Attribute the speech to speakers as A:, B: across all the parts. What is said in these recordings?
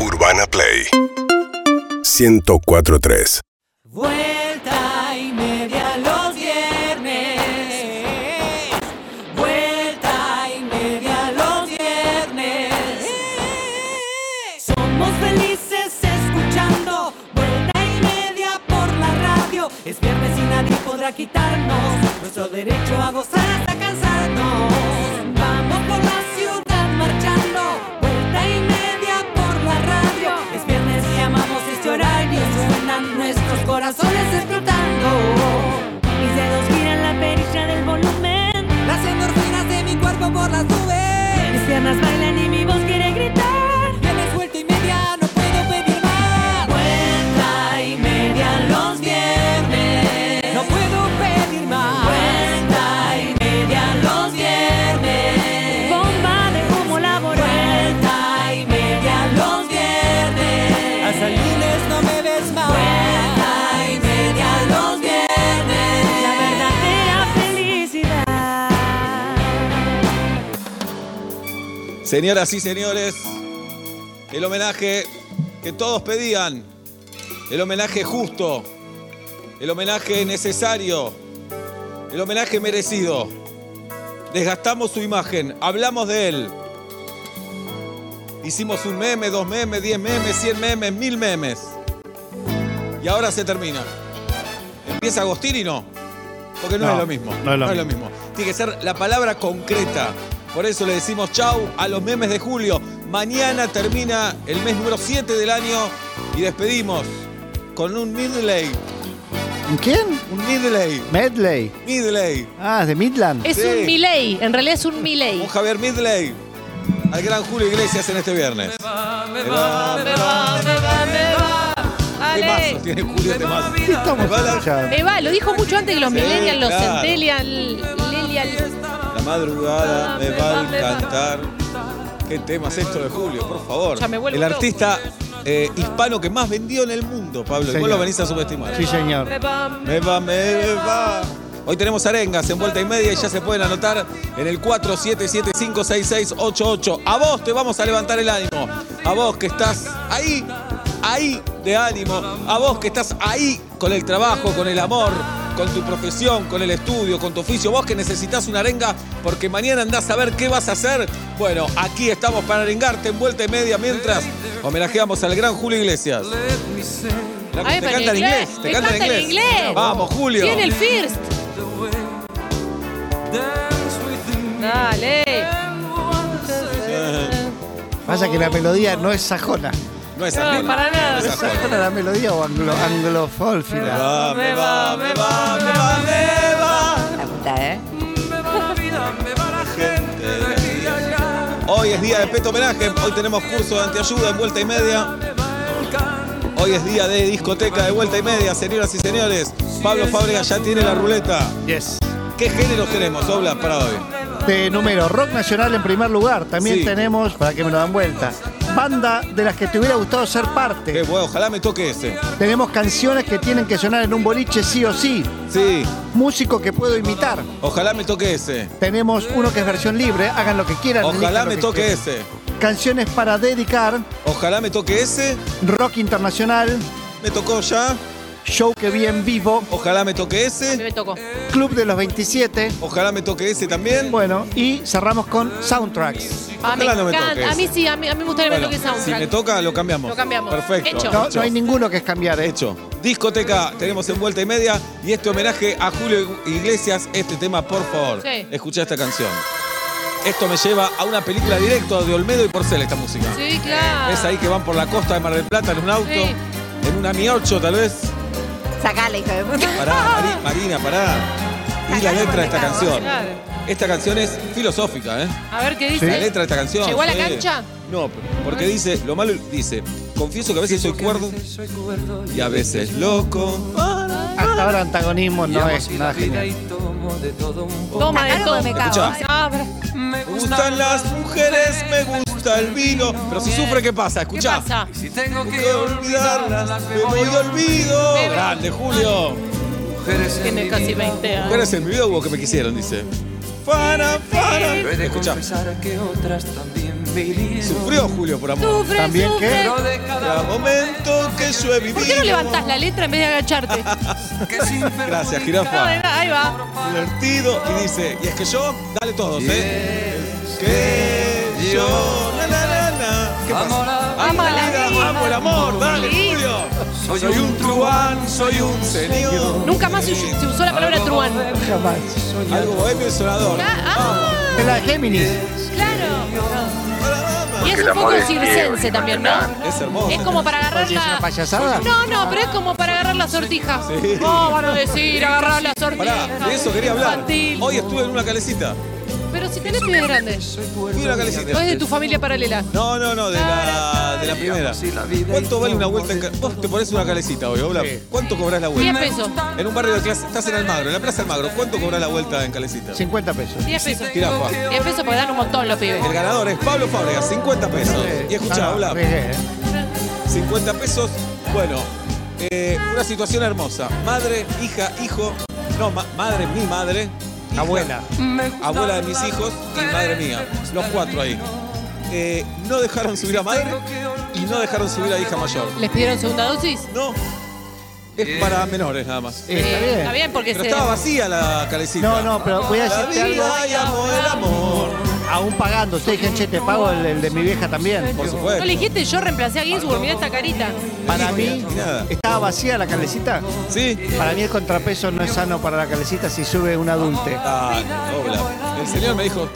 A: Urbana Play 1043
B: Vuelta y media los viernes. Vuelta y media los viernes. Somos felices escuchando Vuelta y media por la radio. Es viernes y nadie podrá quitarnos nuestro derecho a gozar hasta cansarnos. Vamos por la ciudad marchando Vuelta y media por la radio. Es viernes y amamos este horario. Suenan nuestros corazones explotando.
C: Mis dedos giran la perilla del volumen.
B: Las endorfinas de mi cuerpo por las nubes.
C: Mis piernas bailan y mi voz quiere gritar.
B: Tienes vuelta y media, no puedo pedir más. Vuelta y media los viernes. No puedo pedir más. Vuelta y media los viernes.
C: Bomba de humo laboral.
B: Vuelta y media los viernes. Hasta el lunes no me ves más. Vuelta y media los viernes.
C: La verdadera felicidad.
D: Señoras y señores, el homenaje que todos pedían, el homenaje justo, el homenaje necesario, el homenaje merecido. Desgastamos su imagen, hablamos de él. Hicimos un meme, dos memes, diez memes, cien memes, mil memes. Y ahora se termina. Empieza Agostín y no. Porque no,
E: No,
D: es lo mismo.
E: no es lo
D: es lo mismo. Tiene que ser la palabra concreta. Por eso le decimos chau a los memes de julio. Mañana termina el mes número 7 del año y despedimos con un midley.
E: ¿Quién?
D: Un midley.
E: Medley.
D: Midley.
E: Ah, es de Midland.
F: Es
D: Sí.
F: un Milei, en realidad es un
D: Un
F: Milei.
D: Javier Midley. Al gran Julio Iglesias en este viernes. Temazo,
F: Ale,
D: tiene Julio temazo.
E: ¿Qué estamos
D: Me va la-
E: escuchando?
F: me va, lo dijo mucho antes que los
D: Sí,
F: millennials, los
D: claro.
F: centennials, lelial.
D: La madrugada me va a cantar. Qué tema es esto de Julio, por favor.
F: Ya me vuelvo
D: El artista eh, hispano que más vendió en el mundo, Pablo. Y vos
E: Señor.
D: lo venís a subestimar.
E: Sí, señor.
D: Me va, me va. Hoy tenemos arengas en vuelta y media y ya se pueden anotar en el 47756688. A vos te vamos a levantar el ánimo. A vos que estás ahí, ahí de ánimo. A vos que estás ahí con el trabajo, con el amor, con tu profesión, con el estudio, con tu oficio. Vos que necesitas una arenga porque mañana andás a ver qué vas a hacer. Bueno, aquí estamos para arengarte en vuelta y media mientras homenajeamos al gran Julio Iglesias. Te
F: Ay, pero
D: canta en inglés, te canta en inglés. Vamos, Julio.
F: Tiene el first. Dale.
E: Pasa que la melodía no es sajona.
D: No es
F: No,
D: ajena.
F: para nada.
D: No es
E: ¿Es
D: ajena.
E: sajona la melodía o anglo,
D: Me
E: anglofólfila?
D: va, me va, me va, me va, me va.
G: La puta, ¿eh?
D: Hoy es día de peto homenaje, hoy tenemos curso de antiayuda en vuelta y media. Hoy es día de discoteca de vuelta y media, señoras y señores. Pablo Fábrega ya tiene la ruleta.
E: Yes.
D: ¿Qué géneros tenemos, Obla, para hoy?
E: De número, rock nacional en primer lugar. También
D: Sí.
E: tenemos, para que me lo dan vuelta, banda de las que te hubiera gustado ser
D: Qué
E: parte.
D: bueno, ojalá me toque ese.
E: Tenemos canciones que tienen que sonar en un boliche sí o sí.
D: Sí,
E: Músico que puedo imitar.
D: ojalá me toque ese.
E: Tenemos uno que es versión libre, hagan lo que quieran.
D: Ojalá
E: elijan lo
D: me
E: que
D: toque este.
E: quieran.
D: ese.
E: Canciones para dedicar,
D: Ojalá me toque ese.
E: rock internacional,
D: Me tocó ya.
E: show que vi en vivo,
D: Ojalá me toque
F: A mí
D: ese.
F: me tocó.
E: Club de los 27.
D: Ojalá me toque ese también.
E: Bueno, y cerramos con soundtracks.
F: A mí Ah, me
D: Ojalá no me
F: encanta.
D: toques.
F: A mí sí, a mí, a mí me gustaría que me
D: Bueno,
F: toque
D: si me
F: soundtrack.
D: toca, lo cambiamos.
F: Lo cambiamos.
D: Perfecto.
F: Hecho.
E: No, no hay ninguno que es cambiar, ¿eh?
D: Hecho. Discoteca tenemos en vuelta y media. Y este homenaje a Julio Iglesias, este tema, por favor.
F: Sí.
D: Escucha esta canción. Esto me lleva a una película directo de Olmedo y Porcel, esta música.
F: Sí, claro.
D: Es ahí que van por la costa de Mar del Plata en un auto,
F: Sí.
D: en una Mi 8 tal vez.
G: Sacala, hijo de puta.
D: Pará, Mari- Marina, pará. Y la
G: Sacala
D: letra de
G: porque
D: esta
G: acabo,
D: canción.
F: claro.
D: Esta canción es filosófica, ¿eh?
F: A ver qué
D: La
F: dice.
D: letra de esta canción.
F: ¿Llegó a la
D: sí.
F: cancha?
D: No, porque dice, lo malo dice, confieso que a veces soy cuerdo y a veces loco.
E: Hasta ahora antagonismo no es nada genial.
F: Toma de
G: Sacala
F: todo.
G: porque me cago.
D: Escuchá.
F: Ah, pero-
D: Me gustan las mujeres, me gusta el vino. Pero si sufre, ¿qué pasa?
F: ¿Qué
D: Escuchá.
F: pasa?
D: Tengo que olvidarlas, me voy de olvido.
F: Me voy.
D: Grande, Julio.
F: Tiene casi 20 años.
D: Mujeres en mi vida hubo que me quisieron, dice. para, para.
F: Pero
B: he
D: de Escuchá.
B: que otras también
D: Sufrió Julio por amor.
F: Sufre,
E: ¿También
F: sufre.
E: qué?
B: de
D: Cada momento que yo he
F: ¿Por qué no
D: vivido.
F: levantás la letra en vez de agacharte? No,
D: Gracias, jirafa.
F: de nada, ahí va.
D: Divertido. Y dice, y es que yo, dale todos, ¿eh? Que yo. na, na, na, na. ¿Qué pasa?
B: Amo la
D: Amo la
F: vida,
D: vida, amo el amor, dale,
F: Sí.
D: Julio. Soy un truán, soy un señor.
F: Nunca más se, se usó la palabra truán.
E: Jamás.
D: Eh, Algo bohemio y sonador.
F: Ah,
E: Es la de Géminis.
F: ah, claro. Y es un poco circense también, ¿no?
D: Es hermoso.
F: Es como para agarrar
E: Oye, ¿Es una
F: la...
E: payasada?
F: No, no, pero es como para agarrar la sortija.
D: Sí.
F: No, van a decir? Agarrar la sortija.
D: Pará, de eso quería hablar.
F: Infantil.
D: Hoy estuve en una calecita.
F: Pero si tenés pies grandes,
D: Fui a una calecita.
F: no es de tu familia paralela.
D: No, no, no, de la, de la primera. ¿Cuánto vale una vuelta en ca- Vos te pones una calecita hoy, Oblap. ¿Cuánto cobrás la
F: 10
D: vuelta?
F: pesos.
D: En un barrio de clase, estás en Almagro, en la Plaza Almagro, ¿cuánto cobrás la vuelta en calecita?
E: 50 pesos.
F: 10 pesos.
D: Jirafa.
F: 10 pesos porque dan un montón los pibes.
D: El ganador es Pablo Fábrega, 50 pesos. Y escuchá,
E: Ah,
D: Oblap,
E: fíjate, ¿eh?
D: 50 pesos. Bueno, eh, una situación hermosa. Madre, hija, hijo. No, ma- madre, mi madre. hija,
E: Abuela.
D: abuela de mis hijos y madre mía, los cuatro ahí. Eh, no dejaron subir a madre y no dejaron subir a hija mayor.
F: ¿Les pidieron segunda dosis?
D: No,
E: Eh.
D: es para menores nada más.
E: Está
F: Eh,
E: bien.
F: Está bien porque
D: Pero
F: se...
D: estaba vacía la calecita.
E: No, no, pero voy a
D: La
E: decirte algo.
D: vida y amo el amor.
E: Aún pagando, ustedes dijeron, che, te pago el, el de mi vieja también.
D: Por
F: No le
D: supuesto.
F: dijiste, yo reemplacé a Ginsburg, mirá esta carita.
E: Para mí,
D: Y nada.
E: ¿estaba vacía la calecita?
D: ¿Sí?
E: Para mí el contrapeso no es sano para la calecita si sube un adulte.
D: Ah, obla. El señor me dijo,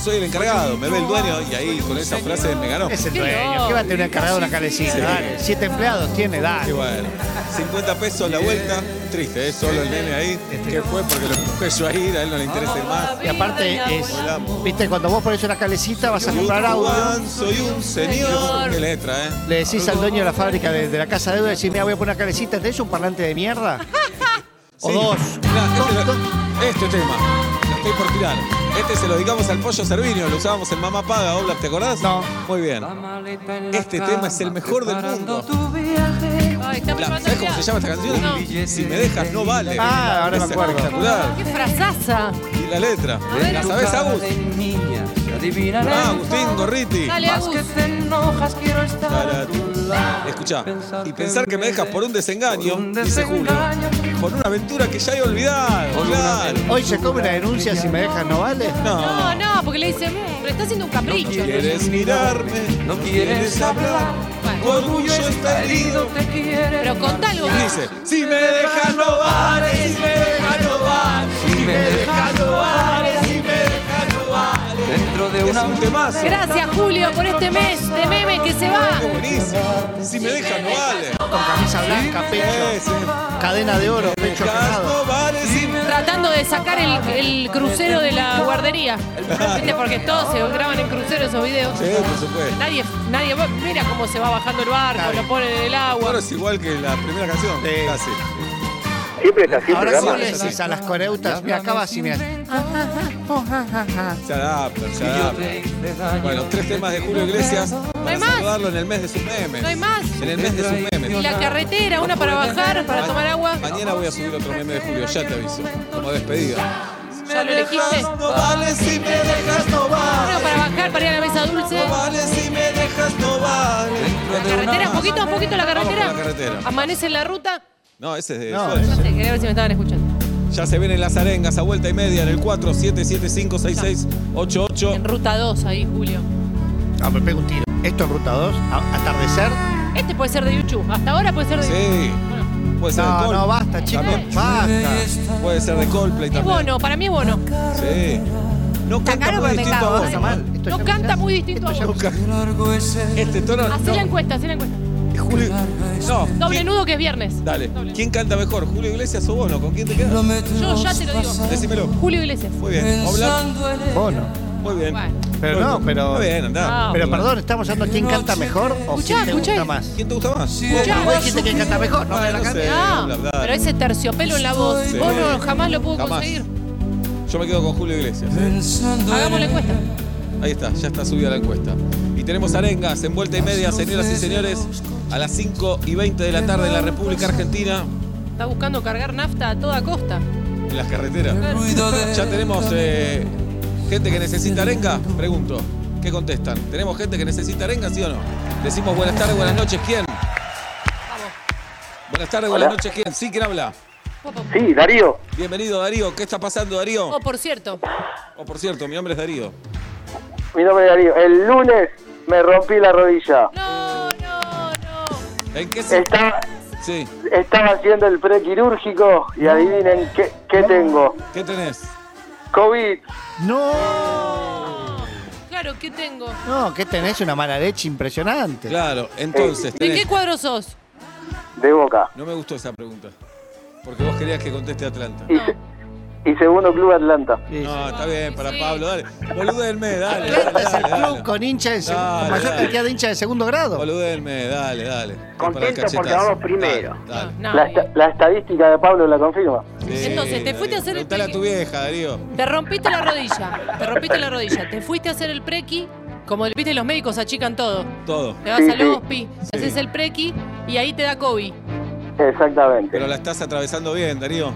D: soy el encargado, me ve el dueño y ahí con esa frase me ganó.
E: Es el
F: Qué
E: dueño. ¿Qué va a tener encargado una calecita?
D: Sí.
E: Dale. Siete empleados tiene,
D: Y
E: dale.
D: bueno, 50 pesos la vuelta, triste, ¿eh? solo el nene ahí, que fue porque lo empujé yo a ir, a él no le interesa ir más.
E: Y aparte es,
D: Volamos.
E: viste, cuando vos pones una calecita vas a
D: Soy un
E: comprar audio,
D: Juan, soy un señor.
F: Señor.
D: Qué letra, ¿eh?
E: le decís al dueño de la fábrica de, de la casa de deuda, decís, mira, voy a poner una calecita, ¿tenés un parlante de mierda? O
D: Sí.
E: dos.
D: Mirá, este,
E: Dos,
D: lo-
E: dos.
D: este tema, lo estoy por tirar. Este se lo dedicamos al pollo Servinio, lo usábamos en Mamá Paga, Oblap, ¿te acordás?
E: No.
D: Muy bien. Este tema es el mejor del mundo.
F: Ay, está
D: La-
F: preparando
D: ¿Sabés cómo
F: la-
D: se llama esta canción?
F: No.
D: Si me dejas, no vale.
E: Ah, ahora
D: es
E: me acuerdo.
D: espectacular.
F: ¡Qué frazaza!
D: Y la letra.
F: ver.
D: ¿La sabés, Agus? Ah, Agustín Gorriti.
F: Dale, Agus.
D: Para tu lado. Escuchá, y pensar que me dejas por un desengaño, dice Julio, por una aventura que ya he olvidado, claro.
E: Hoy se come una denuncia si me dejan, ¿no vale?
F: No,
D: No,
F: no, porque le dice, mmm, le está haciendo un capricho.
D: quieres mirarme, no quieres hablar, tu orgullo está herido.
F: Pero contá algo.
D: Y dice, si me dejas no vale, si me dejas no vale, si me dejas no vale, si me dejas no vale. Dentro de un es un temazo,
F: Gracias, Julio, por este mes de memes que se va.
D: es buenísimo. Si me dejas no vale.
E: Con camisa blanca,
D: Eh,
E: pecho,
D: si me
E: cadena de oro, pecho
D: dejas
E: quemado.
D: no vale, si me
F: Tratando de sacar el, el crucero de la guardería. ¿Viste? Porque todos se graban en crucero esos videos.
D: Sí, por supuesto.
F: Nadie, nadie va- mira cómo se va bajando el barco,
E: Nadie.
F: lo ponen en el
D: Ahora
F: agua.
D: es igual que la primera canción.
E: Sí.
D: Casi.
A: Siempre está, siempre
E: Ahora sí
A: gana.
E: le decís a las coreutas, mira, acá vas y mira.
F: Ah.
D: Se adaptan, se adaptan. Bueno, tres temas de Julio Iglesias para
F: hay más.
D: saludarlo en el mes de sus memes.
F: No hay más.
D: En el mes de sus memes.
F: Y la carretera, una para bajar, para tomar agua.
D: Mañana voy a subir otro meme de Julio, ya te aviso. Como despedida.
F: ¿Ya lo elegiste? Uno
D: No vale si me dejas, no vale.
F: para bajar, para ir a la mesa dulce.
D: Vale si me dejas, no vale.
F: La carretera, poquito a poquito la
D: Vamos por
F: carretera.
D: la carretera.
F: Amanece en la ruta.
D: No, ese es de
E: No,
D: Suárez.
F: No sé, quería ver si me estaban escuchando.
D: Ya se vienen las arengas a vuelta y media en el 47756688.
F: En ruta 2 ahí, Julio.
E: Ah, me pego un tiro. Esto es ruta 2, a- atardecer.
F: Este puede ser de Yuchu. Hasta ahora puede ser de Yuchu.
D: Sí. Puede ser de
E: No,
D: Coldplay.
E: no, basta, chicos.
D: También.
E: Basta.
D: Puede ser de Coldplay
F: Es
D: también.
F: bono, para mí es bono.
D: Sí. No canta
G: Sacaron
D: muy
G: porque me
D: distinto a
G: cago,
D: vos.
G: ¿eh?
E: Está mal. Esto
F: No
E: ya-
F: canta
E: ya-
F: muy distinto a
E: esto ya-
F: vos.
D: Este tono.
F: Hacé la encuesta, hacé la encuesta.
D: no, Julio. No.
F: Doble
D: ¿quién-
F: nudo que es viernes.
D: Dale. ¿Quién canta mejor? ¿Julio Iglesias o Bono? ¿Con quién te quedas?
F: Yo ya te lo digo.
D: Decímelo.
F: Julio Iglesias.
D: Muy bien. Oblak.
E: Bono.
D: Muy bien.
F: Bueno.
E: Pero no, pero.
D: Está bien, andá.
F: No.
E: Pero perdón, estamos hablando de quién canta mejor o
F: Escuchá,
E: quién te
F: escuchá.
E: gusta más.
D: ¿Quién te gusta más?
F: Escuchá,
E: Vos dijiste quién canta mejor, no me
D: Bueno,
E: la
D: no
E: cantes.
D: sé,
F: Ah,
D: Oblak, dale.
F: pero ese terciopelo en la voz,
D: Sí.
F: vos no, jamás lo puedo
D: Jamás.
F: conseguir.
D: Yo me quedo con Julio Iglesias. ¿eh?
F: Hagamos la encuesta.
D: Ahí está, ya está subida la encuesta. Y tenemos arengas en vuelta y media, señoras y señores, a las 5 y 20 de la tarde en la República Argentina.
F: Está buscando cargar nafta a toda costa.
D: en las carreteras. Ya tenemos eh, gente que necesita arenga, pregunto. ¿Qué contestan? ¿Tenemos gente que necesita arenga, sí o no? Decimos buenas tardes, buenas noches, ¿quién? Buenas tardes, buenas
A: Hola.
D: noches, ¿quién? Sí, ¿quién habla?
A: Sí, Darío.
D: Bienvenido, Darío. ¿Qué está pasando, Darío?
F: Oh, por cierto.
D: Oh, por cierto, mi nombre es Darío.
A: Mi nombre es Darío. El lunes me rompí la rodilla.
F: No, no, no.
D: ¿En qué se...?
A: Estaba,
D: Sí.
A: estaba haciendo el prequirúrgico y adivinen qué, qué tengo.
D: ¿Qué tenés?
A: COVID.
E: No.
F: Claro, ¿qué tengo?
E: No, que tenés una mala leche impresionante.
D: Claro, entonces
F: ¿De
D: tenés...
F: qué cuadro sos?
A: de Boca.
D: No me gustó esa pregunta. Porque vos querías que conteste Atlanta.
A: Y, se- y segundo club Atlanta.
E: Sí, sí.
D: No, está bien, para
F: Sí.
D: Pablo, dale. Bolúdenme, dale.
E: Atlanta
D: dale,
E: Este es el
D: dale,
E: club
D: dale.
E: con hincha de seg-
D: Dale,
E: con mayor
D: dale.
E: cantidad de hincha de segundo grado.
D: Bolúdenme, dale, dale. Es para el
A: Contento porque
D: cachetazo.
A: vamos primero.
D: Dale,
F: No,
A: La,
F: no,
A: esta- la estadística de Pablo la confirma.
D: dale. Sí,
F: Ah, Entonces, te fuiste a hacer el
D: Preguntale a tu vieja, Darío.
F: Te rompiste la rodilla, te rompiste la rodilla, te fuiste a hacer el prequi, como viste los médicos achican todo.
D: Todo.
F: Te vas
A: Sí,
F: al
A: sí.
F: hospi,
D: Sí.
F: haces el prequi y ahí te da COVID.
A: Exactamente.
D: Pero la estás atravesando bien, Darío.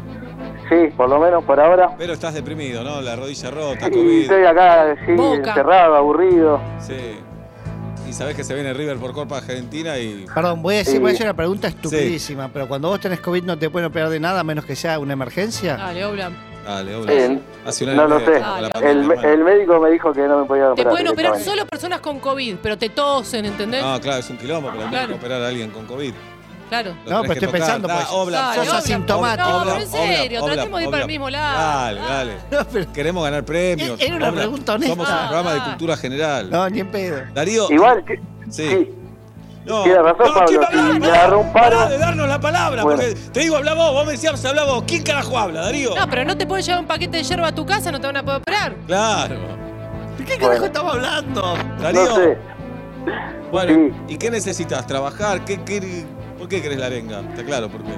A: Sí, por lo menos por ahora.
D: Pero estás deprimido, ¿no? La rodilla rota,
A: Y
D: COVID.
A: estoy acá, sí,
F: Boca.
A: encerrado, aburrido.
D: Sí. Y sabés que se viene River por Copa Argentina y.
E: Perdón, voy a decir,
A: Sí.
E: voy a hacer una pregunta estupidísima, pero cuando vos tenés COVID no te pueden operar de nada a menos que sea una
A: Ah.
E: emergencia.
F: Dale, Oblan.
D: Dale, obla.
A: Eh,
D: Hace un año
A: no
D: y
A: lo
D: medio
A: sé.
D: que estamos con la
F: El-
A: El,
D: pandemia, hermano.
A: el médico me dijo que no me podían
F: Te
A: operar.
F: pueden operar
A: directamente.
F: solo personas con COVID, pero te tosen, ¿entendés?
D: No, claro, es un quilombo para el
F: ¿Eh? Claro.
D: médico operar a alguien con COVID.
F: Claro.
D: Lo
E: No,
D: tenés
E: pero
D: que
E: estoy
D: tocar.
E: pensando,
D: Da,
E: pues,
D: obla,
F: Dale,
D: obla,
E: sos asintomático.
F: No, pero
D: obla,
F: en serio,
D: obla,
F: tratemos de ir
D: obla.
F: para el mismo lado.
D: Dale, dale.
E: No, pero-
D: Queremos ganar premios.
E: Era una pregunta honesta.
D: Somos un programa de
F: Ah.
D: cultura general.
E: No, ni en pedo.
D: Darío.
A: Igual, que-
D: Sí.
A: sí.
D: No,
A: tiene razón, Pablo,
D: ¿quién va a
A: si
D: hablar?
A: me
D: Pará,
A: agarró un paro-
D: pará de darnos la palabra,
A: Bueno.
D: porque te digo, habla vos, vos me decías, habla vos. ¿Quién carajo habla, Darío?
F: No, pero no te puedes llevar un paquete de hierba a tu casa, no te van a poder operar.
D: Claro.
E: ¿De qué
A: Bueno.
E: carajo estamos hablando?
D: Darío,
A: no sé.
D: bueno, ¿y qué necesitas? ¿Trabajar? ¿Qué, qué, ¿Por qué querés la arenga? Está claro, ¿por qué?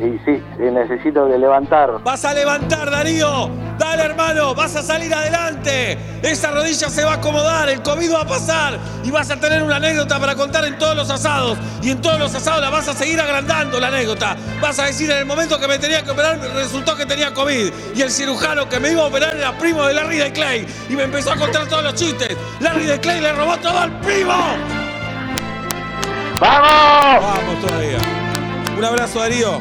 A: Y sí, y necesito que levantar.
D: Vas a levantar, Darío. Dale, hermano. Vas a salir adelante. Esa rodilla se va a acomodar. El COVID va a pasar. Y vas a tener una anécdota para contar en todos los asados. Y en todos los asados la vas a seguir agrandando la anécdota. Vas a decir en el momento que me tenía que operar, resultó que tenía COVID. Y el cirujano que me iba a operar era primo de Larry de Clay. Y me empezó a contar todos los chistes. Larry de Clay le robó todo al primo.
A: ¡Vamos!
D: Vamos todavía. Un abrazo, Darío.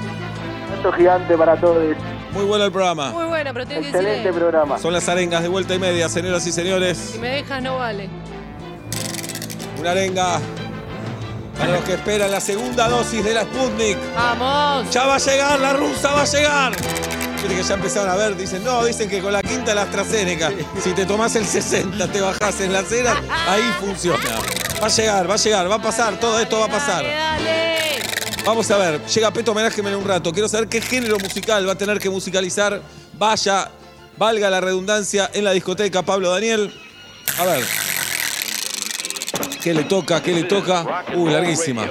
A: Beso gigante para todos.
D: Muy bueno el programa.
F: Muy buena, pero tengo que
A: Excelente
F: decir.
A: programa.
D: Son las arengas de vuelta y media, señoras y señores.
F: Si me dejas, no vale.
D: Una arenga para los que esperan la segunda dosis de la Sputnik.
F: Vamos.
D: Ya va a llegar, la rusa va a llegar. Viste que ya empezaron a ver, dicen, no, dicen que con la quinta la AstraZeneca. Si te tomás el 60, te bajás en la cena, ahí funciona. Va a llegar, va a llegar, va a pasar, todo esto va a pasar.
F: Dale, dale.
D: Vamos a ver, llega Peto Homenaje en un rato. Quiero saber qué género musical va a tener que musicalizar, vaya, valga la redundancia, en la discoteca Pablo Daniel. A ver. ¿Qué le toca? ¿Qué le toca? Uh, larguísima.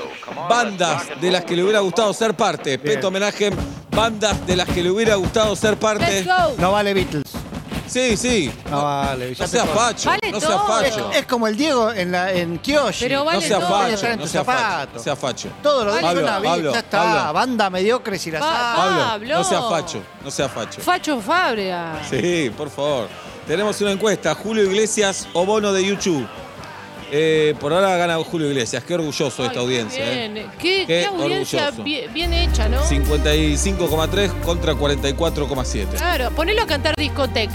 D: Bandas de las que le hubiera gustado ser parte. Peto Homenaje, bandas de las que le hubiera gustado ser parte.
F: Let's go.
E: No vale Beatles.
D: Sí, sí.
E: No vale. ya
D: No
E: te
D: seas
E: puedo-
D: facho,
F: Vale
D: no seas
F: todo.
D: facho.
E: Es como el Diego en, la, en Kyoshi.
F: Pero vale
D: No seas
F: todo.
D: facho,
E: en
D: no
E: tus
D: seas facho.
E: zapatos.
D: No seas facho.
E: Todo lo dijo
D: Pablo,
E: una vez.
D: Pablo,
E: Ya está.
D: Pablo.
E: Banda mediocre si la
F: Va-
E: sabe.
D: Pablo,
F: Pablo.
D: no seas facho, no seas facho.
F: Facho Fabria.
D: Sí, por favor. Tenemos una encuesta, Julio Iglesias o Bono de YouTube. Eh, por ahora gana Julio Iglesias, qué orgulloso de esta
F: Ay,
D: audiencia.
F: Qué,
D: eh.
F: bien. Qué- qué audiencia
D: orgulloso.
F: bien, bien hecha, ¿no?
D: 55,3 contra 44,7.
F: Claro, ponelo a cantar discotec.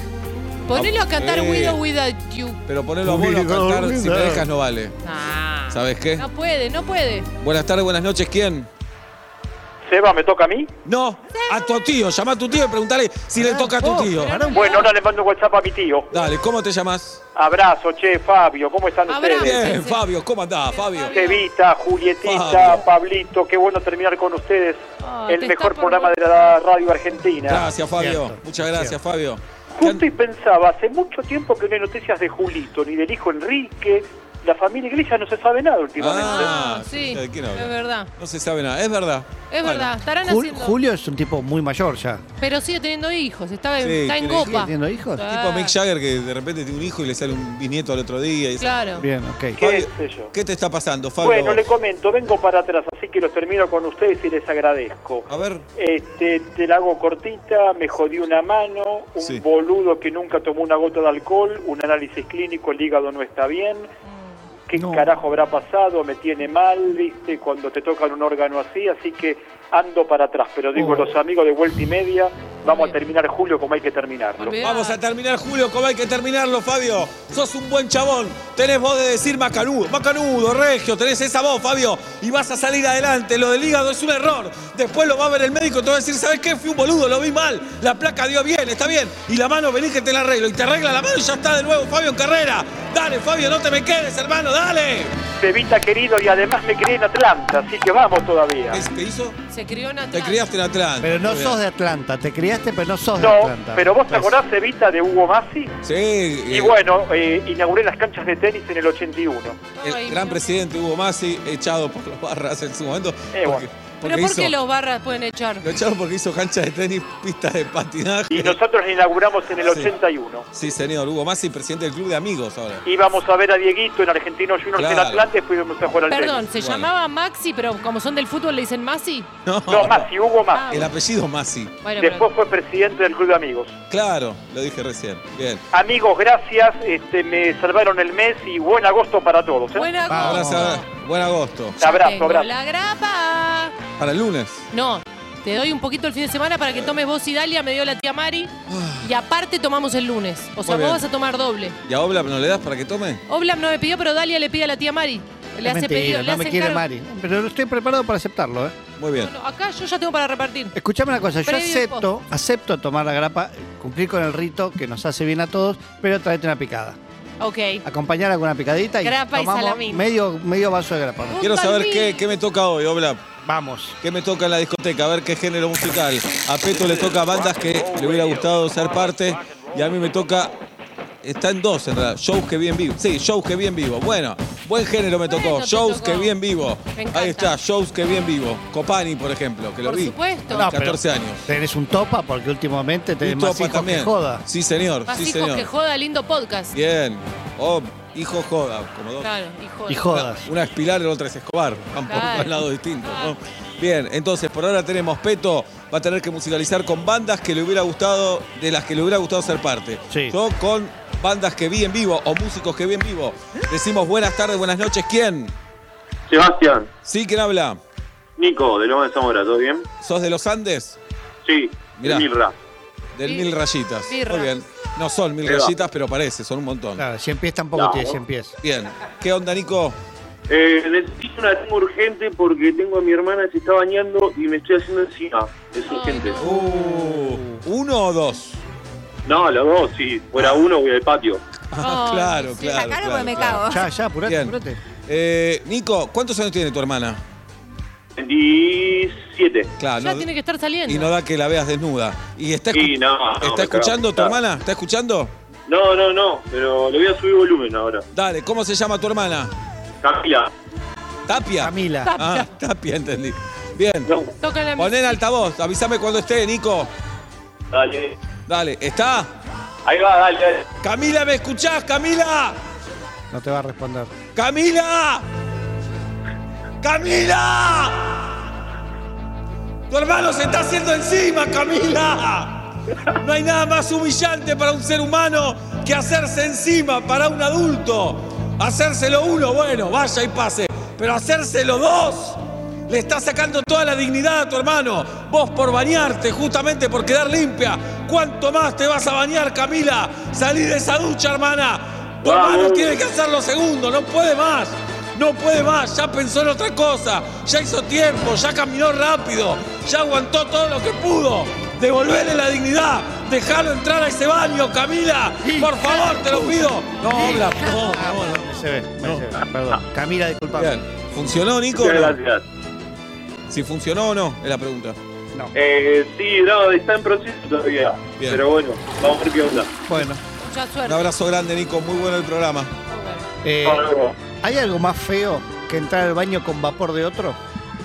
F: Ponelo a cantar
D: Eh.
F: Widow Without You.
D: Pero ponelo a Bono a cantar, si me dejas no vale.
F: Ah.
D: ¿Sabes qué?
F: No puede, no puede.
D: Buenas tardes, buenas noches, ¿quién?
A: Seba, ¿me toca a mí?
D: No, a tu tío, llama a tu tío y preguntale si le toca a
F: oh,
D: tu tío.
E: Pará un
A: Bueno, ahora le mando un WhatsApp a mi tío.
D: Dale, ¿cómo te llamas?
A: Abrazo, che, Fabio, ¿cómo están
F: Abrazo.
A: ustedes?
D: Bien,
F: Ah, sí.
D: Fabio, ¿cómo andás, Fabio?
A: Cevita, Julietita,
D: Fabio.
A: Pablito, qué bueno terminar con ustedes.
F: Ah, te
A: El mejor
F: está
A: programa
F: por-
A: de la radio argentina.
D: Gracias, Fabio.
E: Cierto,
D: Muchas gracias,
E: cierto.
D: Fabio.
A: Justo y pensaba, hace mucho tiempo que no hay noticias de Julito, ni del hijo Enrique,
H: la familia iglesia no se sabe nada últimamente.
D: Ah,
F: sí,
D: ¿de quién habla?
F: es verdad.
D: No se sabe nada, es verdad.
F: Es
D: Bueno,
F: verdad, estarán
E: Jul-
F: haciendo.
E: Julio es un tipo muy mayor ya.
F: Pero sigue teniendo hijos, está, en-
D: Sí,
F: está en
D: tiene-
E: ¿Sigue
F: copa.
E: teniendo hijos?
D: Tipo Mick Jagger que de repente tiene un hijo y le sale un bisnieto al otro día. y esas
F: Claro.
E: Bien, ok.
H: ¿Qué
D: Fabio,
H: sé yo?
D: ¿Qué te está pasando, Fabio?
H: Bueno, le comento, vengo para atrás, así que los termino con ustedes y les agradezco.
D: A ver,
H: Este, te la hago cortita, me jodí una mano, un
D: Sí.
H: boludo que nunca tomó una gota de alcohol, un análisis clínico, el hígado no está bien. ¿Qué
E: No.
H: carajo habrá pasado? Me tiene mal, ¿viste? Cuando te tocan un órgano así, así que ando para atrás. Pero digo,
E: Oh.
H: los amigos de vuelta y media, vamos a
F: Bien.
H: terminar julio como hay que terminarlo.
F: Olvidate.
D: vamos a terminar, Julio, como hay que terminarlo, Fabio. Sos un buen chabón, tenés voz de decir macanudo, macanudo, regio, tenés esa voz, Fabio, y vas a salir adelante. Lo del hígado es un error. Después lo va a ver el médico y te va a decir, ¿sabes qué? Fui un boludo, lo vi mal, la placa dio bien, está bien. Y la mano, vení que te la arreglo. Y te arregla la mano y ya está de nuevo, Fabio, en carrera. Dale, Fabio, no te me quedes, hermano, dale.
H: Bebita querido, y además me crié en Atlanta, así que vamos todavía.
D: ¿Qué te hizo?
F: Se crió en
D: Te
F: Atlanta.
D: criaste en Atlanta.
E: Pero no
D: Muy bien.
E: sos de Atlanta, te criaste, pero no sos de
H: No,
E: Atlanta. Pues,
H: pero vos te acordás, Evita, de Hugo Masi?
D: Sí,
H: Y
D: eh,
H: bueno, eh, inauguré las canchas de tenis en el 81.
D: El
F: Ay,
D: gran
F: no.
D: presidente Hugo Masi, echado por los barras en su momento.
H: Eh, bueno.
F: ¿Pero por qué
D: hizo-
F: los barras pueden echar?
D: lo echaron porque hizo cancha de tenis, pista de
H: Y
D: patinaje.
H: nosotros la inauguramos en el
D: Sí.
H: 81.
D: Sí, señor, Hugo Masi, presidente del club de amigos ahora.
H: Íbamos a ver a Dieguito en Argentino Juniors en
D: Claro.
H: Atlanta y fuimos a jugar al
F: Perdón,
H: tenis.
F: se
D: Bueno.
F: llamaba Maxi, pero como son del fútbol le dicen Masi.
D: No,
H: No, Masi, Hugo
F: Ah,
H: Masi.
D: El apellido Masi.
F: Bueno,
H: Después fue presidente del Club de Amigos.
D: Claro, lo dije recién. Bien.
H: Amigos, gracias. Este, me salvaron el mes y buen agosto para todos. ¿eh?
F: pero. Buena
E: Vamos.
D: Abrazo, abra- buen agosto.
H: abrazo, abrazo.
F: La grapa.
D: Para el lunes.
F: No, te doy un poquito el fin de semana para que tomes vos y Dalia, me dio la tía Mari. Y aparte tomamos el lunes. O sea,
D: Muy
F: vos
D: bien.
F: vas a tomar doble.
D: ¿Y a Obla no le das para que tome?
F: Oblam no me pidió, pero Dalia le pide a la tía Mari. Le
E: Es
F: hace
E: mentira,
F: pedido, le
E: no
F: hace
E: me quiere
F: encargo.
E: Mari. Pero estoy preparado para aceptarlo, ¿eh?
D: Muy bien.
F: No, no, acá yo ya tengo para repartir.
E: Escuchame una cosa, yo
F: Previo y
E: acepto, acepto tomar la grapa, cumplir con el rito que nos hace bien a todos, pero traete una picada.
F: Ok.
E: Acompañarla con una picadita y
F: Grapa y
E: tomamos
F: salamín.
E: medio, medio vaso de grapa.
D: Quiero saber qué,
F: palmito.
D: qué me toca hoy, Obla.
E: Vamos.
D: ¿Qué me toca en la discoteca? A ver qué género musical. A Peto le toca bandas que le hubiera gustado ser parte y a mí me toca. Está en dos en realidad. Shows que vi en vivo. Sí, shows que vi en vivo. Bueno, buen género me tocó.
F: Bueno, te
D: shows
F: tocó.
D: que vi en vivo.
F: Me encanta.
D: Ahí está, shows que vi en vivo. Copani, por ejemplo, que lo
F: Por
D: vi.
F: supuesto.
D: A los
E: No, pero-
D: 14 años.
E: Tenés un topa porque últimamente tenés
D: Un
E: más
D: topa
E: hijos que joda.
D: Sí, señor.
F: Más
D: sí,
F: hijos
D: señor.
F: que joda, lindo podcast.
D: Bien. Oh, hijo joda, como dos.
F: Claro, y joda.
E: Y jodas.
D: Una es Pilar y la otra es Escobar. Van por
F: Claro.
D: dos lados distintos. ¿no? Bien, entonces por ahora tenemos Peto, va a tener que musicalizar con bandas que le hubiera gustado, de las que le hubiera gustado ser parte.
E: Sí.
D: Yo con bandas que vi en vivo o músicos que vi en vivo. Decimos buenas tardes, buenas noches. ¿Quién?
I: Sebastián,
D: Sí, ¿quién habla?
I: Nico, de Loma de Zamora, ¿todo bien?
D: ¿Sos de los Andes?
I: Sí,
D: Mirá.
I: de Mirra.
D: Del
F: Sí.
D: Mil Rayitas.
F: Birra.
D: Muy bien. No son mil
I: Ahí va.
D: rayitas, pero parece, son un montón.
E: Claro, 100 pies tampoco
I: No.
E: tiene 100 pies.
D: Bien. ¿Qué onda, Nico?
I: Eh, necesito una tengo urgente porque tengo a mi hermana que se está bañando y me estoy haciendo encima. Es urgente.
D: Uh, ¿Uno o dos?
I: No, los dos, si fuera uno voy al patio.
D: Ah,
F: Ay,
D: claro,
G: Sí,
D: claro.
G: sacalo
D: claro,
G: porque me
D: claro.
G: cago.
E: Ya, ya, apurate,
D: Bien.
E: apurate.
D: Eh, Nico, ¿cuántos años tiene tu hermana?
I: 27.
D: Claro,
F: Ya
D: no-
F: tiene que estar saliendo.
D: y no da que la veas desnuda. ¿Y está, escu-
I: Y no, no,
D: está
I: me
D: escuchando
I: cago.
D: tu hermana? ¿Está escuchando?
I: No, no, no, pero le voy a subir volumen ahora.
D: Dale, ¿cómo se llama tu hermana?
I: Camila,
D: ¿Tapia?
E: Camila.
D: Ah, Tapia, entendí. Bien.
I: no,
F: Toca la
D: Poné en altavoz, avísame cuando esté, Nico.
I: dale.
D: Dale, ¿está?
I: Ahí va, dale, dale.
D: Camila, ¿me escuchás, Camila?
E: No te va a responder.
D: ¡Camila! ¡Camila! ¡Tu hermano se está haciendo encima, Camila! No hay nada más humillante para un ser humano que hacerse encima para un adulto. Hacérselo uno, bueno, vaya y pase. Pero hacérselo dos, le estás sacando toda la dignidad a tu hermano. Vos por bañarte, justamente por quedar limpia. ¿Cuánto más te vas a bañar, Camila? Salí de esa ducha, hermana. Tu
I: Vamos.
D: hermano tiene que hacer lo segundo, no puede más. No puede más, ya pensó en otra cosa, ya hizo tiempo, ya caminó rápido, ya aguantó todo lo que pudo. Devolverle la dignidad, dejalo entrar a ese baño, Camila. Por favor, te lo pido. No, habla, no, no, no.
E: Me se ve, me se ve. Perdón. Camila, disculpame.
D: Bien, ¿funcionó, Nico? o
I: Muchas
D: no?
I: gracias.
D: Si funcionó o no, es la pregunta.
E: No.
I: Eh, sí, no, está en proceso todavía.
D: Bien.
I: Pero bueno, vamos a ver qué onda.
E: Bueno.
F: Mucha
D: Un
F: suerte.
D: abrazo grande, Nico. Muy bueno el programa.
E: eh,
I: Hasta luego.
E: ¿Hay algo más feo que entrar al baño con vapor de otro?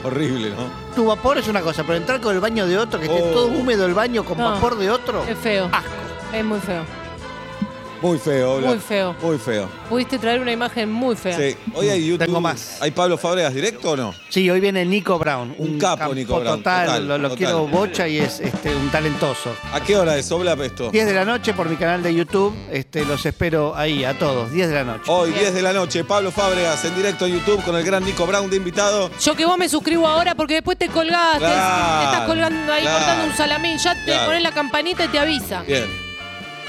D: Horrible, ¿no?
E: Tu vapor es una cosa, pero entrar con el baño de otro, que esté
D: Oh.
E: todo húmedo el baño con
F: No.
E: vapor de otro.
F: Es feo. Es muy feo.
D: Muy feo, Blas.
F: Muy feo.
D: Muy feo.
F: Pudiste traer una imagen muy fea.
D: Sí. Hoy hay YouTube.
E: Tengo más.
D: ¿Hay Pablo Fábregas directo o no?
E: Sí, hoy viene Nico Brown.
D: Un capo,
E: campo
D: Nico Brown,
E: Total,
D: total,
E: lo, lo
D: total.
E: quiero bocha y es este, un talentoso.
D: ¿A qué hora es, Oblap, esto?
E: 10 de la noche por mi canal de YouTube. Este, los espero ahí, a todos. 10 de la noche.
D: Hoy, 10 de la noche, Pablo Fábregas en directo en YouTube con el gran Nico Brown de invitado.
F: Yo que vos me suscribo ahora porque después te colgás, te-
D: Claro,
F: te, estás colgando ahí
D: claro.
F: cortando un salamín, ya te
D: Claro.
F: pones la campanita y te avisa.
D: Bien.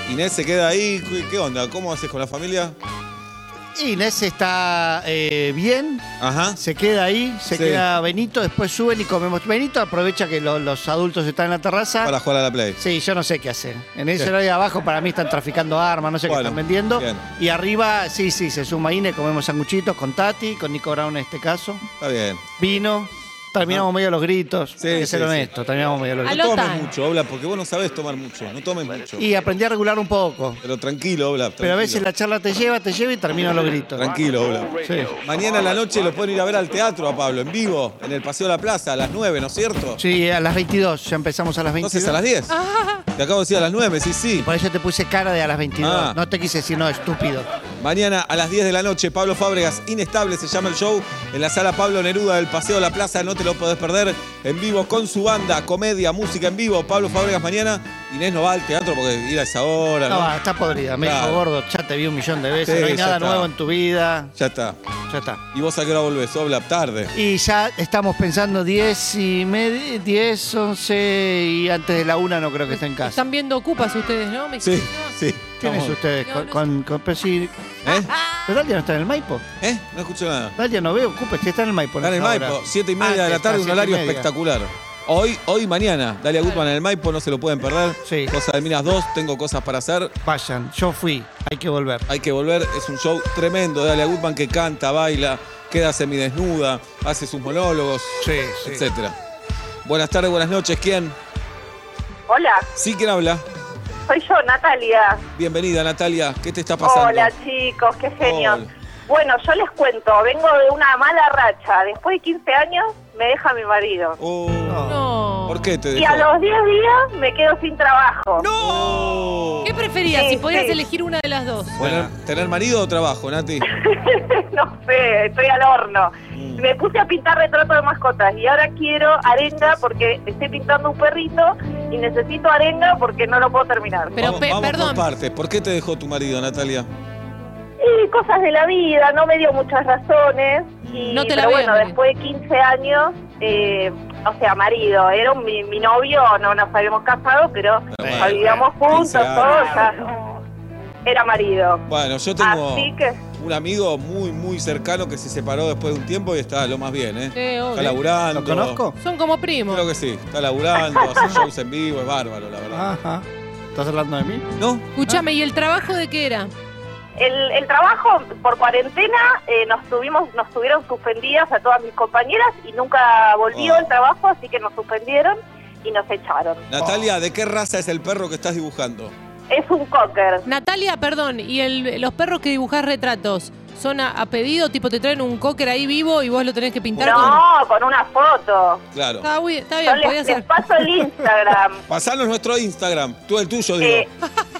D: Inés se queda ahí. ¿Qué- ¿Qué onda? ¿Cómo haces con la familia? Oh.
E: Inés está eh, bien,
D: Ajá.
E: se queda ahí, se
D: Sí.
E: queda Benito, después suben y comemos. Benito aprovecha que lo- los adultos están en la terraza.
D: Para jugar a la Play.
E: Sí, yo no sé qué hacen. En ese horario de abajo para mí están traficando armas, no sé
D: Bueno,
E: qué están vendiendo.
D: bien.
E: Y arriba, sí, sí, se suma Inés, comemos sanguchitos con Tati, con Nico Brown en este caso.
D: Está bien.
E: Vino, terminamos medio los gritos,
D: Ah. Sí,
E: hay que
D: sí,
E: ser
D: sí.
E: honesto, terminamos medio los
F: Al
E: gritos.
D: No tomes
F: Alota.
D: mucho, Obla, porque vos no sabés tomar mucho. No tomes mucho.
E: Y aprendí a regular un poco.
D: Pero tranquilo, Obla.
E: Pero a veces la charla te lleva, te lleva y termino los gritos.
D: Tranquilo, Obla.
E: Sí.
D: Mañana a la noche lo pueden ir a ver al teatro a Pablo, en vivo, en el Paseo de la Plaza, a las 9, ¿no es cierto?
E: Sí, a las 22, ya empezamos a las 22.
D: Entonces a las 10. Te acabo de decir a las 9, sí, sí.
E: Por eso te puse cara de a las 22.
D: Ah.
E: No te quise decir, no, estúpido.
D: Mañana a las 10 de la noche, Pablo Fábregas, Inestable se llama el show, en la sala Pablo Neruda del Paseo de la Plaza, no te lo podés perder, en vivo con su banda, comedia, música en vivo, Pablo Fábregas mañana, Inés no va al teatro porque ir a esa hora, ¿no?
E: No, está podrida. Me
D: Claro.
E: dijo gordo, ya te vi un millón de veces.
D: Sí,
E: no hay
D: ya
E: nada
D: está.
E: nuevo en tu vida.
D: Ya está.
E: Ya está.
D: ¿Y vos a qué hora volvés? Obla, tarde.
E: Y ya estamos pensando 10 y media, 10, 11 y antes de la una no creo que esté en casa.
F: Están viendo ocupas ustedes, ¿no? Me
D: Sí,
F: dijiste, ¿no?
D: sí.
E: ¿Quiénes
D: Estamos-
E: ustedes?
F: No,
E: Con,
F: no
E: con- con- pero si-
D: ¿Eh?
E: pero Dalia no está en el Maipo.
D: ¿Eh? No escucho nada.
E: Dalia no veo, ocupa, si está en el Maipo.
D: Está en el Maipo, 7 Ah, y media de la tarde, un horario
E: espectacular.
D: espectacular. Hoy, hoy y mañana, Dalia Gutman en el Maipo, no se lo pueden perder.
E: Sí.
D: Cosa de Minas 2, tengo cosas para hacer.
E: Vayan, yo fui, hay que volver.
D: Hay que volver, es un show tremendo de Dalia Gutman que canta, baila, queda semidesnuda, hace sus monólogos,
E: Sí,
D: etcétera. Buenas tardes, buenas noches, ¿quién?
J: Hola,
D: Sí, ¿quién habla?
J: soy yo, Natalia.
D: Bienvenida, Natalia, ¿qué te está pasando?
J: Hola, chicos, qué genios.
D: Hola.
J: Bueno, yo les cuento, vengo de una mala racha. Después de 15 años me deja mi marido.
D: Oh,
F: No.
D: ¿Por qué te
J: Y a
D: dejó?
J: los 10 días me quedo sin trabajo.
D: Oh.
F: ¿Qué preferías?
J: Sí,
F: si pudieras
J: sí.
F: elegir una de las dos.
D: Bueno, ¿Tener marido o trabajo, Nati?
J: no sé, estoy al horno. Me puse a pintar retratos de mascotas y ahora quiero arenga porque estoy pintando un perrito y necesito arenga porque no lo puedo terminar.
F: Pero,
D: vamos,
F: pe-
D: vamos
F: perdón.
D: por partes. ¿Por qué te dejó tu marido, Natalia?
J: Y cosas de la vida, no me dio muchas razones. Y,
F: No te la
J: pero
F: veas,
J: bueno,
F: Mari.
J: después de 15 años, eh, o sea, marido, era un- mi, mi novio, no nos habíamos casado, pero
D: Bueno,
J: vivíamos
D: bueno,
J: juntos,
D: 15 Eh, años.
J: todos, ya, era marido.
D: Bueno, yo tengo
J: Así que,
D: un amigo muy, muy cercano que se separó después de un tiempo y está lo más bien, ¿eh?
F: Sí, obvio.
D: está laburando.
E: ¿Lo conozco?
F: Son como primos.
D: Creo que sí. Está laburando, hace shows en vivo, es bárbaro, la verdad.
E: Ajá. ¿Estás hablando de mí?
D: ¿No?
F: Escúchame, ¿y el trabajo de qué era?
J: el, el trabajo por cuarentena eh, nos tuvimos nos tuvieron suspendidas a todas mis compañeras y nunca volvió
D: Oh.
J: el trabajo, así que nos suspendieron y nos echaron.
D: Natalia, ¿de qué raza es el perro que estás dibujando?
J: Es un cocker.
F: Natalia, perdón, ¿y el- los perros que dibujás retratos son a, a pedido? Tipo, te traen un cocker ahí vivo y vos lo tenés que pintar. con-
J: No, con una foto.
D: Claro.
F: Está, bu- está
J: Yo
F: bien, podía
J: les, les
F: ser.
J: paso el Instagram.
D: Pasanos nuestro Instagram, tú el tuyo, digo.
J: Eh,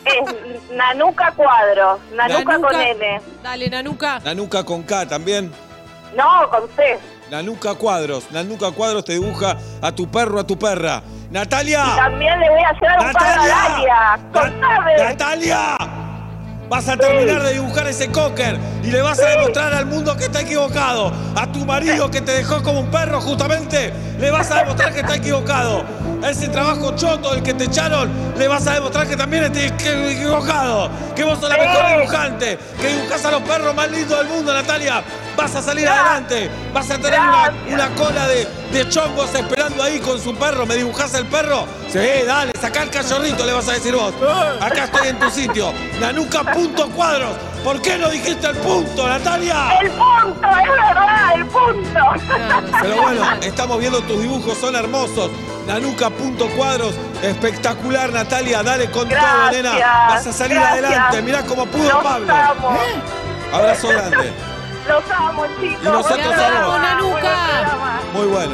J: es Nanuca Cuadro, Nanuca,
F: Nanuca.
J: con N.
F: Dale, Nanuca.
D: Nanuca con K también.
J: No, con C.
D: Nanuca Cuadros. Nanuca Cuadros te dibuja a tu perro, a tu perra. ¡Natalia!
J: También le voy a llevar un par a Dalia.
D: ¡Natalia!
J: Contame.
D: ¡Natalia! Vas a terminar de dibujar ese cocker y le vas a demostrar al mundo que está equivocado. A tu marido que te dejó como un perro, justamente, le vas a demostrar que está equivocado. A ese trabajo choto del que te echaron, le vas a demostrar que también estés equ- equivocado. Que vos sos la mejor dibujante, que dibujás a los perros más lindos del mundo, Natalia. Vas a salir adelante, vas a tener una, una cola de, de chongos esperando ahí con su perro. ¿Me dibujás el perro? Sí, dale, sacá el cachorrito, le vas a decir vos. Acá estoy en tu sitio. Nanuca.cuadros. ¿Por qué no dijiste el punto, Natalia?
J: El punto, es verdad, el punto.
F: Claro,
D: Pero
F: sí.
D: bueno, estamos viendo tus dibujos, son hermosos. Nanuca.cuadros, espectacular, Natalia. Dale con todo,
J: Gracias,
D: nena. Vas a salir
J: gracias.
D: adelante. Mirá cómo pudo
J: Los
D: Pablo.
J: amo.
D: Abrazo grande.
J: Los amo, chicos.
D: Y nosotros
J: Buen programa,
D: somos-
J: buen
F: Nanuca.
J: programa.
D: Muy bueno.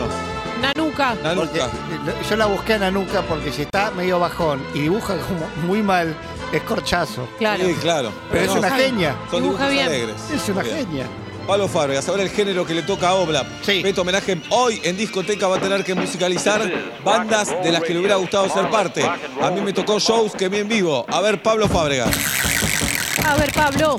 F: Nanuca.
E: Porque,
D: Nanuca.
E: eh, yo la busqué a Nanuca porque si está medio bajón y dibuja como muy mal, es corchazo.
F: Claro.
D: Sí, claro.
E: Pero es una genia.
D: Son
F: Dibuja
D: dibujos
F: bien.
D: alegres.
E: Es una
D: Bien.
E: genia.
D: Pablo Fabregas, saber el género que le toca a Obla.
E: Sí.
D: Beto homenaje hoy en discoteca va a tener que musicalizar bandas de las que le hubiera gustado ser parte. A mí me tocó shows que vi en vivo. A ver, Pablo Fábregas.
F: A ver, Pablo.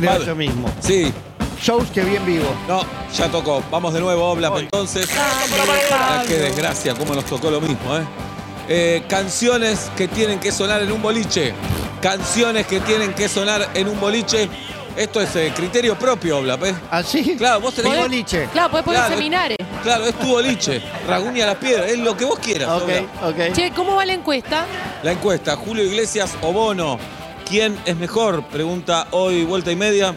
E: Le da
D: Vale.
E: lo mismo.
D: Sí,
E: Shows que bien vivo.
D: no, ya tocó. Vamos de nuevo, Obla, entonces. Ah, qué desgracia, cómo nos tocó lo mismo, ¿eh? Eh, Canciones que tienen que sonar en un boliche. Canciones que tienen que sonar en un boliche. Esto es eh, criterio propio, Obla, ¿eh?
E: Así.
D: Claro, vos tenés-
E: Mi boliche.
F: Claro, podés poner
D: Claro.
F: seminares.
D: Claro, es tu boliche. Raguña la piedra, es lo que vos quieras.
E: Ok,
D: Obla.
E: ok.
F: Che, ¿cómo va la encuesta?
D: La encuesta, Julio Iglesias o Bono, ¿quién es mejor? Pregunta hoy vuelta y media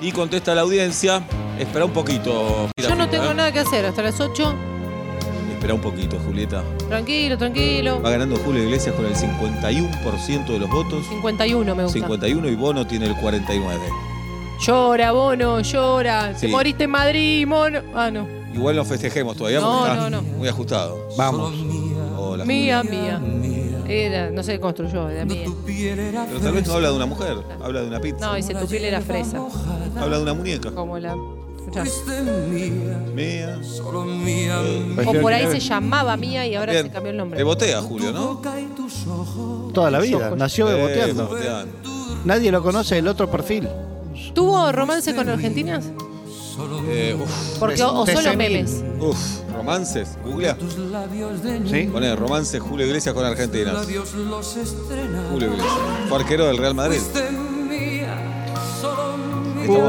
D: y contesta la audiencia. Espera un poquito.
F: Yo no
D: Girafita,
F: tengo
D: ¿eh?
F: nada que hacer hasta las 8.
D: Espera un poquito, Julieta.
F: Tranquilo, tranquilo.
D: Va ganando Julio Iglesias con el 51% de los votos.
F: 51 me gusta.
D: 51 y Bono tiene el 49.
F: Llora, Bono, llora.
D: Sí.
F: Te moriste en Madrid, mono. Ah, no.
D: Igual no festejemos todavía
F: No,
D: porque
F: no,
D: está
F: no.
D: muy ajustado.
E: Vamos.
D: Hola,
F: Mía,
D: Julieta.
F: mía. Era, no se construyó, era mía.
D: Pero tal vez no habla de una mujer, habla de una pizza,
F: No, dice tu piel era fresa.
D: habla de una muñeca.
F: Como la. escuchá.
D: Mía.
F: O por ahí se llamaba mía y ahora
D: Bien. Eh,
F: se cambió el nombre.
D: Bebotea, Julio, ¿no?
E: Toda la vida.
F: Ojos.
E: Nació
D: Eh,
E: beboteando.
D: beboteando.
E: Nadie lo conoce, el otro perfil.
F: ¿Tuvo romance con argentinas?
D: Eh, uf,
F: Porque o, o
E: De
F: solo
E: senil.
F: memes.
D: uf, romances, googlea.
E: ¿Sí?
D: Poné romances Julio Iglesias con Argentina. Julio Iglesias. Fue arquero del Real Madrid. Estamos-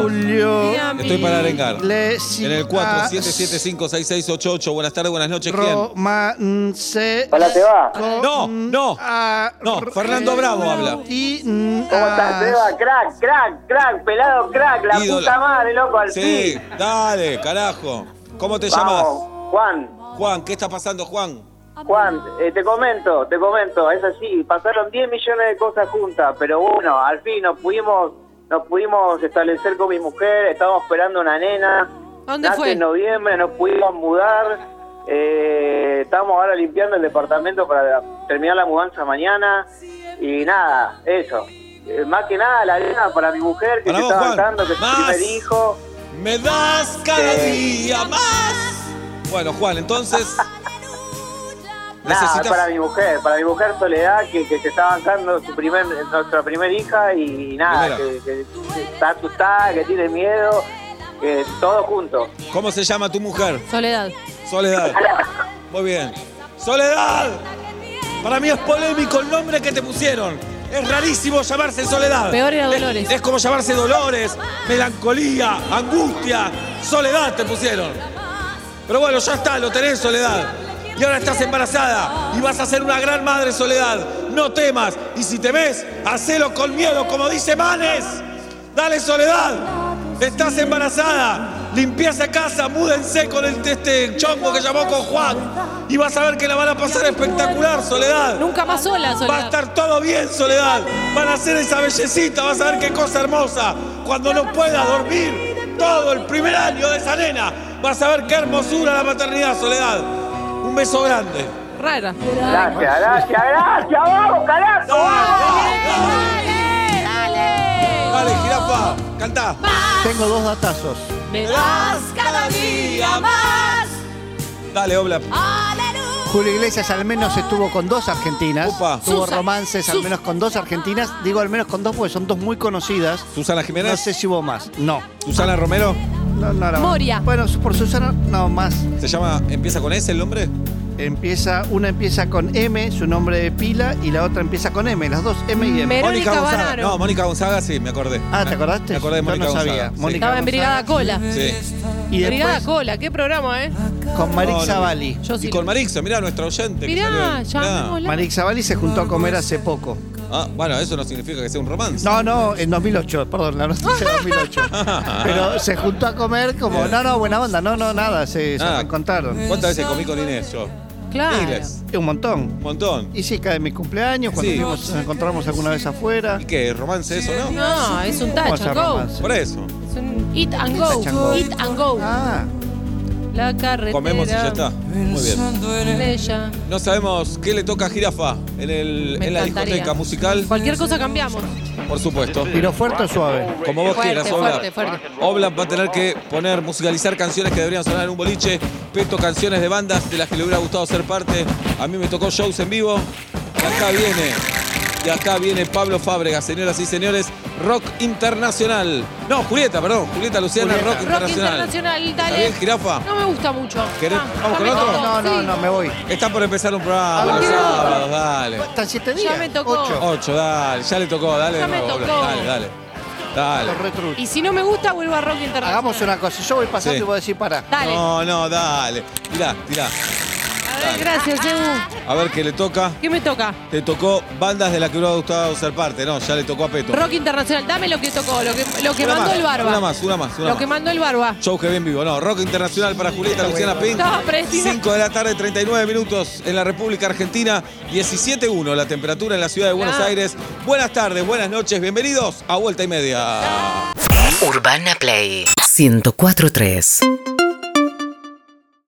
E: Julio.
D: estoy para arengar.
E: Iglesias.
D: En el 47756688. Buenas tardes, buenas noches. ¿Quién?
E: Romance.
A: Hola, Seba.
E: con-
D: No, no,
E: a-
D: no, Fernando Bravo habla.
E: Y-
A: ¿Cómo estás, Seba? Crack, crack, crack, pelado crack, la
D: Ídolo.
A: puta madre, loco, al
D: Sí,
A: fin.
D: dale, carajo. ¿Cómo te llamas?
A: Vamos, Juan,
D: Juan, ¿qué está pasando, Juan?
A: Juan, eh, te comento, te comento, es así, pasaron 10 millones de cosas juntas, pero bueno, al fin nos pudimos, nos pudimos establecer con mi mujer, estábamos esperando una nena.
F: ¿A dónde
A: Nace
F: fue?
A: En noviembre nos pudimos mudar, eh, estamos ahora limpiando el departamento para terminar la mudanza mañana y nada, eso. Eh, más que nada la nena para mi mujer que
D: Para
A: se
D: vos,
A: está
D: Juan.
A: avanzando, que es
D: Más.
A: su primer hijo.
D: Me das cada
A: Sí.
D: día más. Bueno, Juan, entonces.
A: Nada,
D: necesitas-
A: para mi mujer, para mi mujer Soledad, que, que se está bancando su primer, nuestra primer hija y nada, que,
D: Primera.
A: que está asustada, que tiene miedo, que todo junto.
D: ¿Cómo se llama tu mujer?
F: Soledad.
D: Soledad. Muy bien. ¡Soledad! Para mí es polémico el nombre que te pusieron. Es rarísimo llamarse Soledad.
F: Peor era
D: Es-
F: Dolores.
D: Es, como llamarse Dolores, melancolía, angustia. Soledad te pusieron. Pero bueno, ya está, lo tenés, Soledad. Y ahora estás embarazada y vas a ser una gran madre, Soledad. No temas. Y si te ves, hacelo con miedo, como dice Manes. Dale, Soledad. Estás embarazada. Limpia esa casa, múdense con el, este chongo que llamó con Juan. Y vas a ver que la van a pasar espectacular, Soledad.
F: Nunca más sola,
D: Va a
F: Soledad.
D: estar todo bien, Soledad. Van a hacer esa bellecita, vas a ver qué cosa hermosa. Cuando no pueda dormir todo el primer año de esa nena, vas a ver qué hermosura la maternidad, Soledad. Un beso grande.
F: Rara.
A: Gracias, gracias, gracias, vamos,
E: ¡Oh!
A: carajo.
D: Dale, jirafa, cantá.
E: Tengo dos datazos.
F: Me
D: cada día más. Dale, Obla.
E: Julio Iglesias al menos estuvo con dos argentinas.
D: Upa.
E: Tuvo
F: Susan.
E: romances al
F: Susan.
E: menos con dos argentinas. Digo al menos con dos porque son dos muy conocidas.
D: Susana
E: No
D: Jiménez.
E: sé si hubo más. No.
D: Susana Romero.
E: No, no, no.
F: Moria.
E: Bueno, por Susana, no, más.
D: ¿Se llama, empieza con S el nombre?
E: Empieza, una empieza con M, su nombre de pila, y la otra empieza con M, las dos M y M.
F: Verónica
D: Gonzaga.
F: Vararo.
D: No, Mónica Gonzaga, sí, me acordé.
E: Ah, ¿te acordaste?
D: Me acordé de
E: Yo
D: Mónica
E: no
D: Gonzaga.
E: sabía.
D: sí.
E: Mónica-
F: Estaba en Brigada Cola.
D: Sí.
E: Y
F: Brigada
E: después
F: Cola, qué programa, ¿eh?
E: con Marix
D: No, no.
E: Zavalli.
F: Yo sí.
D: Y
F: lo-
D: con Marixa, mirá, nuestra oyente. que salió
F: Mirá,
D: ahí.
F: llamémosla.
E: Marix Zavalli se juntó a comer hace poco.
D: Ah, bueno, eso no significa que sea un romance.
E: No, no, en 2008, perdón, la noticia de 2008. Pero se juntó a comer como, no, no, buena onda, no, no, nada, se, se
D: Nada.
E: reencontraron.
D: ¿Cuántas veces comí con Inés yo?
F: Claro.
D: Miles.
E: Un montón.
D: Un montón.
E: Y sí, cada mi cumpleaños, cuando
D: Sí.
E: fuimos- nos encontramos alguna vez afuera.
D: ¿Y qué? ¿Romance eso, no?
F: No, es un
E: Vamos a
F: tacho, go.
E: romance.
D: Por eso.
F: Es un eat and
E: Eat and go.
F: go. Eat and go.
E: Ah,
F: La carretera.
D: Comemos y ya está. Muy bien.
F: Ella.
D: No sabemos qué le toca a Jirafa en, el-
F: Me
D: en la
F: encantaría.
D: discoteca musical,
F: Cualquier cosa cambiamos.
D: por supuesto.
E: ¿Tiro fuerte o suave?
D: Como vos
F: Fuerte,
D: quieras,
F: fuerte,
D: Oblan.
F: fuerte.
D: Oblan va a tener que poner, musicalizar canciones que deberían sonar en un boliche. Peto canciones de bandas de las que le hubiera gustado ser parte. A mí me tocó shows en vivo. Y acá viene. Y acá viene Pablo Fábregas, señoras y señores. Rock internacional. No, Julieta, perdón. Julieta Luciana,
E: Julieta.
D: rock
F: Rock
D: internacional.
F: internacional,
D: ¿Está
F: dale.
D: bien, jirafa?
F: No me gusta mucho.
D: ¿Querés-
F: Ah,
D: vamos con
F: ya me
D: otro?
F: tocó,
E: No, no,
F: sí.
E: no, me voy.
D: Está por empezar un programa los
F: quiero otro.
D: sábados, dale.
E: Faltan siete
F: Ya
E: días.
F: me tocó.
E: Ocho.
D: Ocho, dale. Ya le tocó, dale.
F: Ya
D: de nuevo,
F: me
D: Oblan,
F: tocó.
D: Dale, dale. Dale.
E: Los retruchos.
F: Y si no me gusta, vuelvo a rock internacional.
E: Hagamos una cosa. Yo voy pasando
D: Sí.
E: y voy a decir pará.
F: Dale.
D: No, no, dale. Tirá, tirá.
F: A ver,
D: dale.
F: gracias, Edu.
D: A ver qué le toca.
F: ¿Qué me toca?
D: Te tocó bandas de las que hubiera gustado ser parte, ¿no? Ya le tocó a Peto.
F: Rock internacional. Dame lo que tocó, lo que, lo que
D: Una
F: mandó
D: más,
F: el barba.
D: Una más, una más, una
F: Lo
D: más.
F: que mandó el barba.
D: Show que bien vivo, no. Rock internacional para Julieta Luciana Pink.
F: No, pero es-
D: 5 de la tarde, 39 minutos en la República Argentina. 17.1 la temperatura en la ciudad de Buenos
F: Claro.
D: Aires. Buenas tardes, buenas noches, bienvenidos a Vuelta y Media.
K: Urbana Play 104.3